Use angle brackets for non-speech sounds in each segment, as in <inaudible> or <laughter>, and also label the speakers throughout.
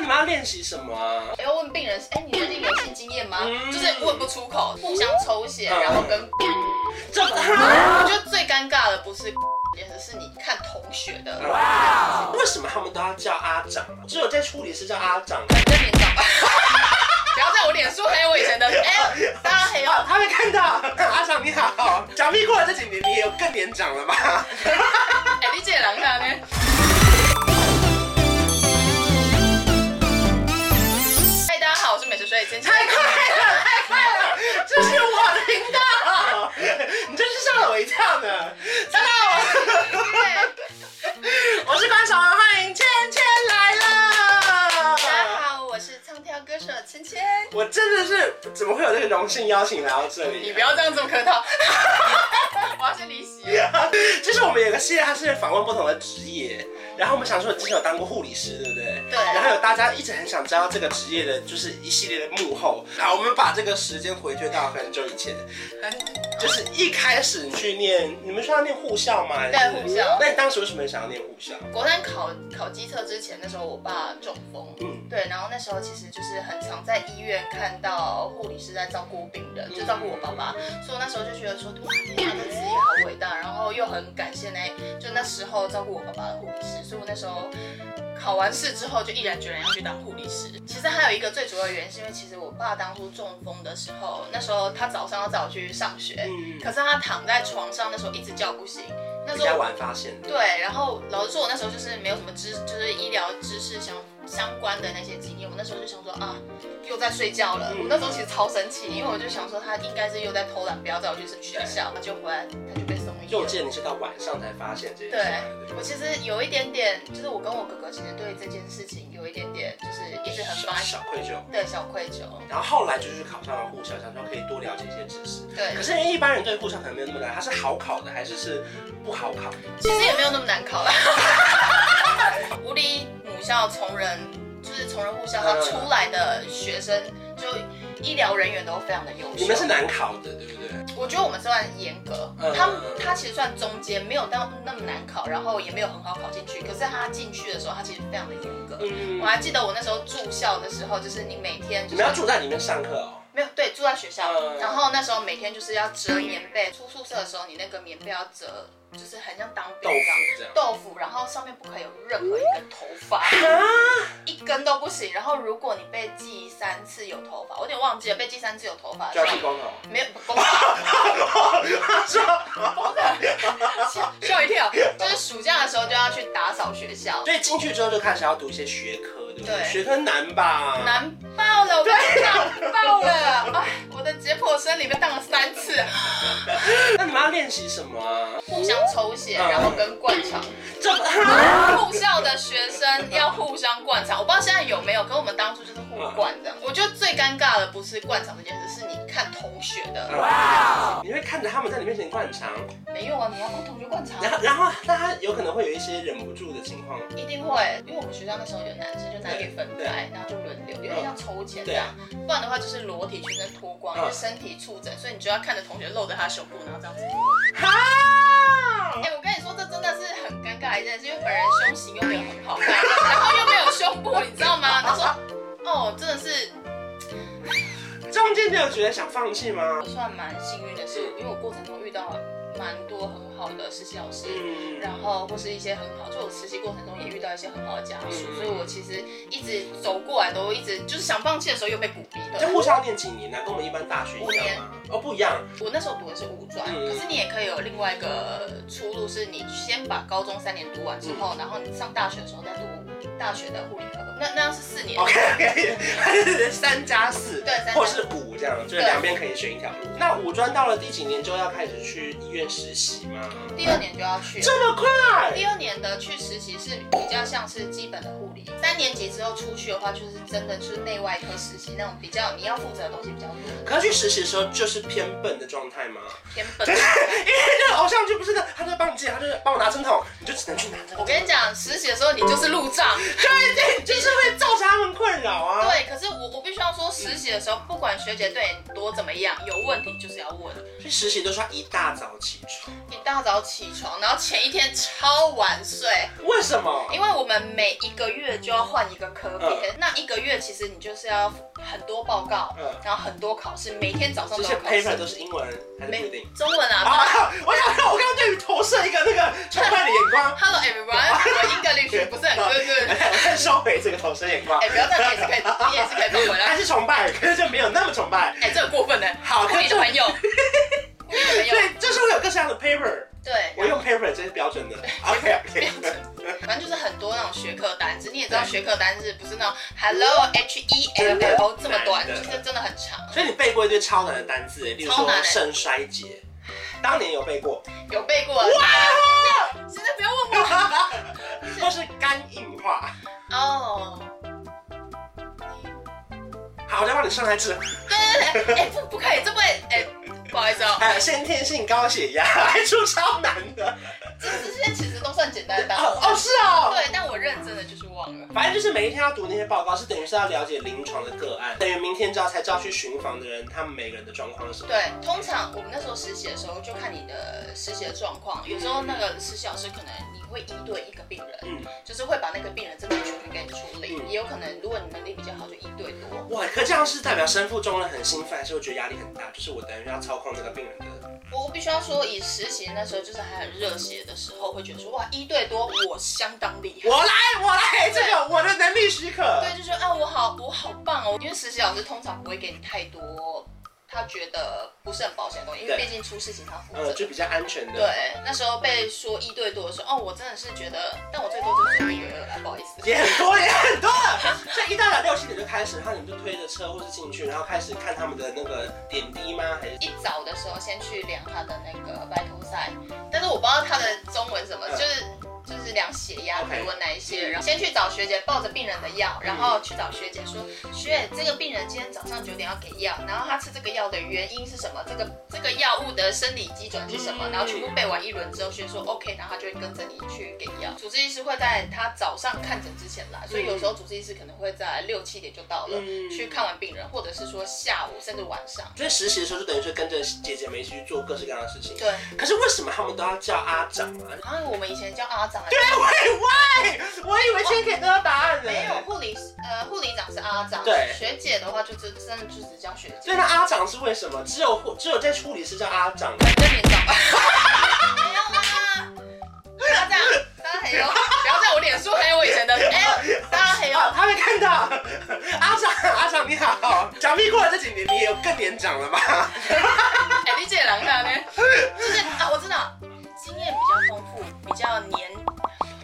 Speaker 1: 你们要练习什么啊？
Speaker 2: 要问病人，哎、你最近有性经验吗？
Speaker 1: 嗯
Speaker 2: 就是问不出口，互相抽血，
Speaker 1: 嗯
Speaker 2: 然后跟。
Speaker 1: 这啊
Speaker 2: 我觉得最尴尬的不是，也是你看同学的，
Speaker 1: 嗯啊为什么他们都要叫阿长啊？只有在处理是叫阿长。
Speaker 2: 跟跟你长吧。 <laughs> 不要在我脸书还有我以前的，哎、大家还有
Speaker 1: 啊，他没看到， <laughs> 阿长你好，小屁过了这几年，你也有更年长了 <laughs> 吧？
Speaker 2: 哎、你这个人看呢？嗨，大家好，我是美食水姐，今天
Speaker 1: 太快了，太快了，这是我的频道，你真是吓了我一跳呢。大家好，我是关晓雯，欢迎芊芊来了。
Speaker 2: 大家好，我是唱跳歌手芊芊。
Speaker 1: 我真的是怎么会有这个荣幸邀请来到这里、啊
Speaker 2: 你不要这样这么客套， <laughs> 我要先离席
Speaker 1: 嗯
Speaker 2: 了。
Speaker 1: <laughs> 其实我们有个系列，它是访问不同的职业，然后我们想说，你之前有当过护理师，对不对？
Speaker 2: 对
Speaker 1: 然后有大家一直很想知道这个职业的，就是一系列的幕后。好，我们把这个时间回推到很久以前，就是一开始你去念，你们说要念护校吗？还是
Speaker 2: 对护校
Speaker 1: 那你当时为什么想要念护校？
Speaker 2: 国三考考机测之前，那时候我爸中风，
Speaker 1: 嗯，
Speaker 2: 对，然后那时候其实就是很常在医院看到护理师在照顾病人，就照顾我爸爸，所以我那时候就觉得说，哇，天啊，这职业好伟大，然后又很感谢那就那时候照顾我爸爸的护理师，所以我那时候。考完试之后就毅然决然要去当护理师。其实还有一个最主要的原因，是因为其实我爸当初中风的时候，那时候他早上要载我去上学，
Speaker 1: 嗯，
Speaker 2: 可是他躺在床上那时候一直叫不醒，那
Speaker 1: 比
Speaker 2: 时候
Speaker 1: 较晚发现的。
Speaker 2: 对，然后老实说，我那时候就是没有什么知，就是医疗知识相相关的那些经验。我那时候就想说啊，又在睡觉了。
Speaker 1: 嗯
Speaker 2: 我那时候其实超生气，因为我就想说他应该是又在偷懒，不要载我去学校，就回来他就被送医
Speaker 1: 就我
Speaker 2: 院。
Speaker 1: 记得你是到晚上才发现这件
Speaker 2: 对
Speaker 1: 事情，对不
Speaker 2: 我
Speaker 1: 对
Speaker 2: 其实有一点点，就是我跟我哥哥其实对这件事情有一点点，就是一直很
Speaker 1: 小
Speaker 2: 发
Speaker 1: 小愧疚。
Speaker 2: 对小愧疚。
Speaker 1: 然后后来就是考上了护校，想说可以多了解一些知识。
Speaker 2: 对
Speaker 1: 可，是因为一般人对护校可能没有那么难，它是好考的还是是不好考的？
Speaker 2: 其实也没有那么难考啦。 <laughs> 无理母校从人就是从人护校，他出来的学生就医疗人员都非常的优秀。
Speaker 1: 你们是难考的，对不对？
Speaker 2: 我觉得我们算严格，
Speaker 1: 嗯
Speaker 2: 他他其实算中间，没有到那么难考，然后也没有很好考进去。可是他进去的时候，他其实非常的严格。
Speaker 1: 嗯
Speaker 2: 我还记得我那时候住校的时候，就是你每天
Speaker 1: 你
Speaker 2: 就是
Speaker 1: 们要住在里面上课哦。
Speaker 2: 没有对住在学校，
Speaker 1: 嗯
Speaker 2: 然后那时候每天就是要折棉被，出宿舍的时候你那个棉被要折，就是很像当
Speaker 1: 豆
Speaker 2: 兵一样。
Speaker 1: 腐这样。
Speaker 2: 豆腐，然后上面不可以有任何一根头发，一根都不行。然后如果你被记三次有头发，我有点忘记了，被记三次有头发
Speaker 1: 就要
Speaker 2: 的时
Speaker 1: 剃
Speaker 2: 候，
Speaker 1: 光头。
Speaker 2: 没有 <laughs> 公发，
Speaker 1: 他说，
Speaker 2: 吓吓我一跳。就是暑假的时候就要去打扫学校，
Speaker 1: 所以进去之后就开始要读一些学科，对不对？
Speaker 2: 对
Speaker 1: 学科难吧？。
Speaker 2: 难爆了，我跟你讲爆了，哎，我的解剖生里面当了三次，
Speaker 1: 那你们要练习什么啊？
Speaker 2: 互相抽血，然后跟灌肠。
Speaker 1: 这 <laughs>
Speaker 2: 护校的学生要互相灌肠，我不知道现在有没有，可我们当初就是互灌这样。我觉得最尴尬的不是灌肠这件事，是你看同学的，
Speaker 1: 啊 <laughs> 你会看着他们在你面前灌肠，
Speaker 2: 没有啊，你要看同学灌肠，
Speaker 1: 然后然后那他有可能会有一些忍不住的情况。
Speaker 2: 一定会，因为我们学校那时候有男生就男女分开，然后就轮流，有点像抽签这样，不然的话就是裸体全身脱光，
Speaker 1: 嗯
Speaker 2: 就身体触诊，所以你就要看着同学露着他胸部，然后这样子。哎、我跟你说，这真的是很尴尬的一件事，因为本人胸型又没有很好看，然后又没有胸部，你知道吗？他说，哦，真的是。
Speaker 1: 中间就有觉得想放弃吗
Speaker 2: 我？算蛮幸运的是，因为我过程中遇到蛮多很好的实习老师，
Speaker 1: 嗯。
Speaker 2: 然后或是一些很好，就我实习过程中也遇到一些很好的家属，
Speaker 1: 嗯
Speaker 2: 所以我其实一直走过来都一直就是想放弃的时候又被鼓励
Speaker 1: 这
Speaker 2: 了。
Speaker 1: 护校念几年呢、啊？跟我们一般大学一样吗？哦，不一样。
Speaker 2: 我那时候读的是五专，
Speaker 1: 嗯
Speaker 2: 可是你也可以有另外一个出路，是你先把高中三年读完之
Speaker 1: 嗯
Speaker 2: 后，然后你上大学的时候再读大学的护理科，那那样是四年。
Speaker 1: OK，三 <laughs> 加四，
Speaker 2: 对三加四
Speaker 1: 或者是五这样，就是两边可以选一条路。那五专到了第几年就要开始去医院实习吗？
Speaker 2: 第二年就要去了。
Speaker 1: 这么快？
Speaker 2: 第二年的去实习是比较像是基本的护理，三年级之后出去的话，就是真的是内外科实习那种比较你要负责的东西比较多，
Speaker 1: 可是去实习的时候就是偏笨的状态吗？ <laughs>
Speaker 2: 偏本。
Speaker 1: 那个偶像剧不是的，他就在帮你借，他就是帮我拿针筒，你就只能去拿针
Speaker 2: 我
Speaker 1: 筒，
Speaker 2: 跟你讲，实习的时候你就是路
Speaker 1: <laughs>
Speaker 2: 障，
Speaker 1: 就是会造成他们困扰啊。
Speaker 2: 对。可是我我必须要说，实习的时候不管学姐对你多怎么样，有问题就是要问。
Speaker 1: 去实习都是要一大早起床，
Speaker 2: 一大早起床，然后前一天超晚睡，
Speaker 1: 为什么？
Speaker 2: 因为我们每一个月就要换一个科别，那一个月其实你就是要很多报告，
Speaker 1: 嗯
Speaker 2: 然后很多考试，每天早上
Speaker 1: 这
Speaker 2: 都
Speaker 1: 些
Speaker 2: 有考
Speaker 1: paper
Speaker 2: 试。
Speaker 1: 都是英文还是不一定？
Speaker 2: 中文啊
Speaker 1: 啊！我想看，我刚刚对你投射一个那个崇拜的眼光，
Speaker 2: ，Hello everyone，我 English 不是很 good
Speaker 1: <laughs>
Speaker 2: good。
Speaker 1: 我再收回哎这个投射眼光
Speaker 2: 哎、。不要这样，你也是可以，你也是可以中文啊
Speaker 1: 还。是崇拜，可是就没有那么崇拜。
Speaker 2: 哎、这很过分呢。
Speaker 1: 好，
Speaker 2: 护
Speaker 1: 可 <laughs>
Speaker 2: 理的朋友，护理的朋友，
Speaker 1: 对，就是会有各式各样的 paper，
Speaker 2: 对， <laughs>
Speaker 1: 我用 paper 这是标准 <laughs> 的。OK
Speaker 2: 标
Speaker 1: OK。
Speaker 2: 准，反正就是很多那种学科单词，你也知道学科单词不是那种 hello h e l l 这么短，
Speaker 1: 真
Speaker 2: 就
Speaker 1: 的
Speaker 2: 是真的很长。
Speaker 1: 所以你背过一堆超难的单字，例如
Speaker 2: 超
Speaker 1: 说
Speaker 2: 难的
Speaker 1: 肾衰竭，当年有背 <laughs> 过，
Speaker 2: 有背过，现在不要问我
Speaker 1: 或是肝硬化。
Speaker 2: 哦。
Speaker 1: 好，我再帮你上台吃。
Speaker 2: 对对对，哎、不不可以，这不会，哎、不好意思哦、
Speaker 1: 还有呃先天性高血压， <laughs> 还出超难 <laughs> 的。
Speaker 2: 这这些其实都算简单的单
Speaker 1: 哦
Speaker 2: 词。
Speaker 1: 哦，是哦。
Speaker 2: 对，但我认真的就是忘了。
Speaker 1: 反正就是每一天要读那些报告，是等于是要了解临床的个案，等于明天知道才知道去巡房的人他们每个人的状况是什么。
Speaker 2: 对，通常我们那时候实习的时候，就看你的实习的状况。有时候那个实习老师可能你会一对一个病人，
Speaker 1: 嗯
Speaker 2: 就是会把那个病人真的全部给你处理。
Speaker 1: 嗯
Speaker 2: 也有可能，如果你能力比较好，就一对多。
Speaker 1: 哇，可这样是代表身负重任很兴奋，还是我觉得压力很大？就是我等于要操控这个病人的。
Speaker 2: 我必须要说，以实习那时候就是还很热血的时候，会觉得说哇一对多我相当厉害。
Speaker 1: 我来，我来，这个我的能力许可。
Speaker 2: 对，就觉得啊我好我好棒哦，因为实习老师通常不会给你太多他觉得不是很保险的东西，因为
Speaker 1: 对
Speaker 2: 毕竟出事情他负责。
Speaker 1: 呃，就比较安全的。
Speaker 2: 对，那时候被说一对多的时候，哦，我真的是觉得，但我最多就是一对二啦，不好意思。
Speaker 1: 也很多，也很多。所以一大早六七点就开始，然后你们就推着车或是进去，然后开始看他们的那个点滴吗？还是
Speaker 2: 一早的时候先去量他的那个白头塞，但是我不知道他的中文什么，
Speaker 1: 嗯
Speaker 2: 就是就是量血压、
Speaker 1: OK 嗯
Speaker 2: 体温那一些，然后先去找学姐抱着病人的药，然后去找学姐说，学姐这个病人今天早上九点要给药，然后他吃这个药的原因是什么？这个这个药物的生理机转是什么？
Speaker 1: 嗯
Speaker 2: 然后全部背完一轮之后，学姐说 OK，然后他就会跟着你去给药。主治医师会在他早上看诊之前来，所以有时候主治医师可能会在六七点就到了，
Speaker 1: 嗯
Speaker 2: 去看完病人，或者是说下午甚至晚上。
Speaker 1: 所以实习的时候就等于是跟着姐姐们一起去做各式各样的事情。
Speaker 2: 对，
Speaker 1: 可是为什么他们都要叫阿长啊？
Speaker 2: 啊，我们以前叫阿长，
Speaker 1: 对， <laughs> 啊喂喂，我以为今天可以得到答 <laughs> 案呢。
Speaker 2: 没有。护理师，呃，护理长是阿长，
Speaker 1: 对
Speaker 2: 学姐的话就真真的就只叫学
Speaker 1: 所
Speaker 2: 姐
Speaker 1: 以，那阿长是为什么？只有护只有在处理师叫阿长。
Speaker 2: 跟你长吧。不要啦，不要这样，大家黑哦，不要在我脸书黑我以前
Speaker 1: <laughs>
Speaker 2: 的，哎、大家黑
Speaker 1: 啊，
Speaker 2: 哦。
Speaker 1: 他会看到 <laughs> 阿长，阿长你好。想必过了这几年，你也有更年长 <laughs> 了吧？
Speaker 2: 哎、你这个人哪呢？就是啊，我知道，经验比较丰富，比较年，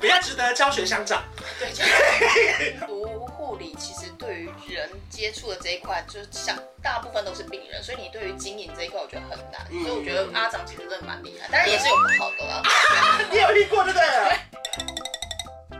Speaker 1: 比较值得教学相长。
Speaker 2: 对，
Speaker 1: <laughs>
Speaker 2: 就是读护理，其实对于人接触的这一块，就是像大部分都是病人，所以你对于经营这一块，我觉得很难。
Speaker 1: 嗯啊
Speaker 2: 所以我觉得阿长其实真的蛮厉害，当然也是有不好的啦。
Speaker 1: <laughs> 你有遇过对不对了？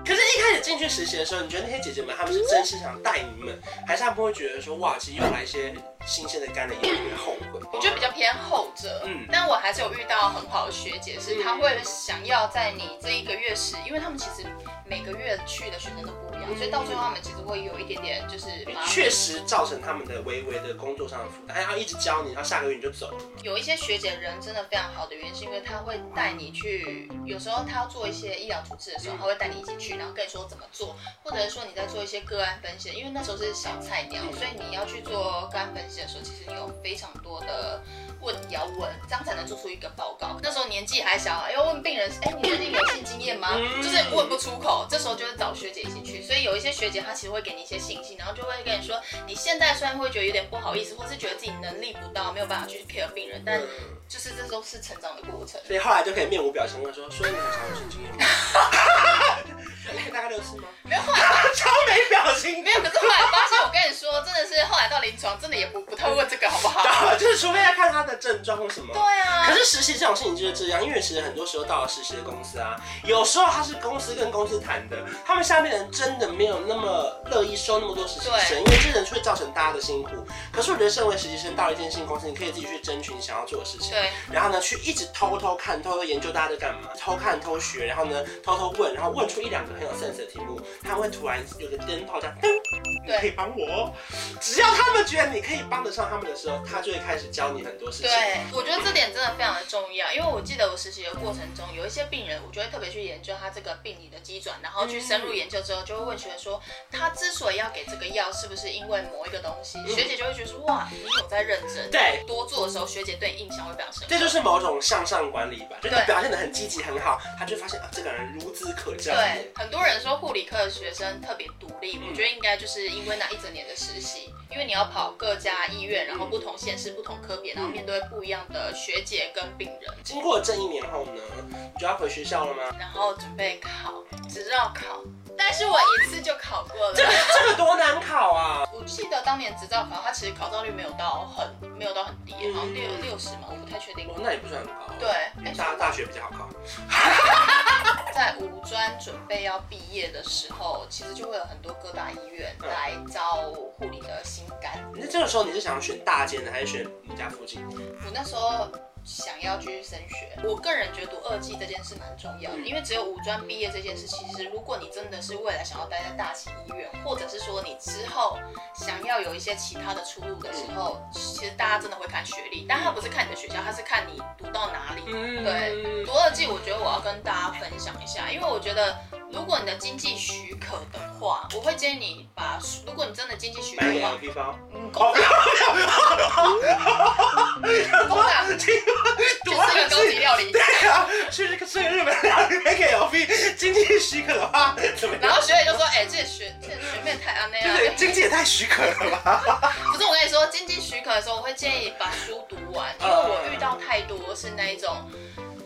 Speaker 1: 可是，一开始进去实习的时候，你觉得那些姐姐们她们是真心想带你们，还是她们会觉得说，哇，其实又来一些新鲜的干的，也会后悔？
Speaker 2: 我觉得比较偏后者，
Speaker 1: 嗯
Speaker 2: 但我还是有遇到很好的学姐，是她会想要在你这一个月时，因为他们其实每个月去的学生都不一样，
Speaker 1: 嗯
Speaker 2: 所以到最后他们其实会有一点点就是麻烦
Speaker 1: 确实造成他们的微微的工作上的负担，然后一直教你，然后下个月你就走了。
Speaker 2: 有一些学姐人真的非常好的原因，是因为她会带你去，有时候她要做一些医疗处置的时候，
Speaker 1: 嗯
Speaker 2: 她会带你一起去，然后跟你说怎么做，或者是说你在做一些个案分析，因为那时候是小菜鸟，
Speaker 1: 嗯
Speaker 2: 所以你要去做个案分析的时候，其实你有非常多的问要问，这样才能做出一个报告。那时候年纪还小，要问病人，哎、你最近有性经验吗？
Speaker 1: 嗯
Speaker 2: 就是问不出口，这时候就是找学姐一起去，所以有一些学姐她其实会给你一些信息，然后就会跟你说，你现在虽然会觉得有点不好意思，或是觉得自己能力不到，没有办法去 care 病人，但
Speaker 1: 嗯，
Speaker 2: 就是这都是成长的过程。
Speaker 1: 所以后来就可以面无表情的说，所以你很常有性经验吗？一个大概六次吗？
Speaker 2: 没有后来，
Speaker 1: 超没表情
Speaker 2: 没有，可是后来发现，我跟你说，真的是后来到临床，真的也不不太问这个好不好？ <laughs>
Speaker 1: 的，就是除非要看他的症状或什么。可
Speaker 2: 对啊，
Speaker 1: 是实习这种事情就是这样，因为其实很多时候到了实习的公司啊，有时候他是公司跟公司谈的，他们下面人真的没有那么乐意收那么多实习生，
Speaker 2: 对
Speaker 1: 因为这人会造成大家的辛苦。可是我觉得，身为实习生到一间新公司，你可以自己去争取你想要做的事情，
Speaker 2: 对，
Speaker 1: 然后呢，去一直偷偷看、偷偷研究大家在干嘛，偷看、偷学，然后呢，偷偷问，然后问出一两个很有 sense 的题目，他们会突然有个灯泡这样噔，你可以帮我。只要他们觉得你可以帮得上他们的时候，他就会开始教你很多事情。
Speaker 2: 对，我觉得这点真的非常的重要，因为我记得我实习的过程中，有一些病人，我就会特别去研究他这个病理的机转，然后去深入研究之后，就会问学姐说，他之所以要给这个药，是不是因为某一个东西？学姐就会觉得说，哇，你有在认真。
Speaker 1: 对
Speaker 2: 多做的时候，学姐对你印象会非常深刻。
Speaker 1: 这就是某种向上管理吧，就是你
Speaker 2: 对
Speaker 1: 表现得很积极很好，他就会发现啊，这个人孺子可教也。
Speaker 2: 对，很多人说护理科的学生特别独立，我觉得应该就是因为那一整年的实习，因为你要跑各家医院，然后不同县市、不同科别，然后面对不一样的学姐跟病人，
Speaker 1: 经过这一年后呢，你就要回学校了吗？
Speaker 2: 然后准备考执照考，但是我一次就考过了。
Speaker 1: <laughs> 这个多难考啊！
Speaker 2: 我记得当年执照考，它其实考照率没有到很没有到很低，好像六六十嘛，我不太确定。
Speaker 1: 哦，那也不算很高。
Speaker 2: 对，哎、
Speaker 1: 大大学比较好考。
Speaker 2: 在五专准备要毕业的时候，其实就会有很多各大医院来招护理的新干。
Speaker 1: 那这个时候你是想选大间的，还是选你家附近？
Speaker 2: 我那时候想要继续升学，我个人觉得读二技这件事蛮重要的，因为只有五专毕业这件事，其实如果你真的是未来想要待在大型医院，或者是说你之后想要有一些其他的出路的时候，其实大家真的会看学历，但他不是看你的学校，他是看你读到哪里。
Speaker 1: 嗯，
Speaker 2: 对，读二技，我觉得我要跟大家分享一下，因为我觉得如果你的经济许可的话，我会建议你把，如果你真的经济许可
Speaker 1: 买
Speaker 2: 的
Speaker 1: 两
Speaker 2: 话
Speaker 1: 个，地方。
Speaker 2: 嗯，
Speaker 1: <laughs>
Speaker 2: 工厂，工厂
Speaker 1: 读
Speaker 2: 就是一个高级料理。
Speaker 1: 对啊，去去去日本两个 KLV，经济许可的话，怎么
Speaker 2: 然
Speaker 1: 样？
Speaker 2: 后学姐就说：“哎、这学这学妹太啊安内
Speaker 1: 对不对，
Speaker 2: 了。
Speaker 1: 经济也太许可了吧？”
Speaker 2: 不是我跟你说，经济许可的时候，我会建议把书读完，因为我遇到太多是那一种，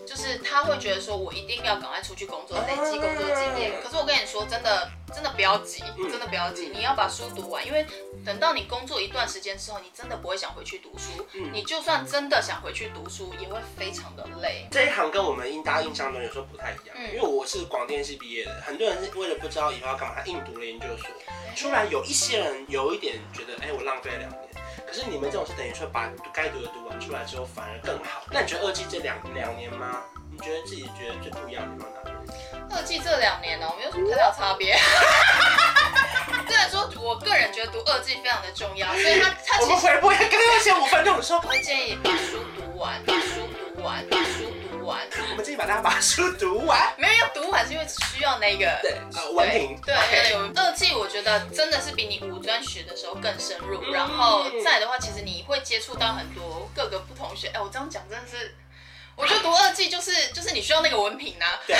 Speaker 2: 就是他会觉得说我一定要赶快出去工作，累积工作经验。可是我跟你说，真的真的不要急，真的不要急，你要把书读完，因为等到你工作一段时间之后，你真的不会想回去读书。
Speaker 1: 嗯
Speaker 2: 你就算真的想回去读书，也会非常的累。
Speaker 1: 这一行跟我们应大家印象中有时候不太一样，
Speaker 2: 嗯
Speaker 1: 因为我是广电系毕业的，很多人是为了不知道以后要干嘛，他硬读了研究所，出来有一些人有一点觉得，哎、我浪费了两年。可是你们这种是等于说把该读的读完出来之后反而更好。那你觉得二季这两两年吗？你觉得自己觉得最不一样的地方哪里？
Speaker 2: 二季这两年呢、哦我们有什么太大的差别？ <laughs> 虽然说，我个人觉得读二季非常的重要，所以他他
Speaker 1: 我
Speaker 2: 其
Speaker 1: 们
Speaker 2: 实
Speaker 1: 回播刚刚写五分钟的时候，
Speaker 2: 我会建议把书读完，把书读完，把书读完。
Speaker 1: 我们自己把大家把书读完。
Speaker 2: 没有要读完是因为需要那个
Speaker 1: 对，啊，文凭。
Speaker 2: 对对对，二季我觉得真的是比你五专学的时候更深入，
Speaker 1: 嗯
Speaker 2: 然后再来的话，其实你会接触到很多各个不同学。哎，我这样讲真的是，我觉得读二季就是就是你需要那个文凭呐、
Speaker 1: 对，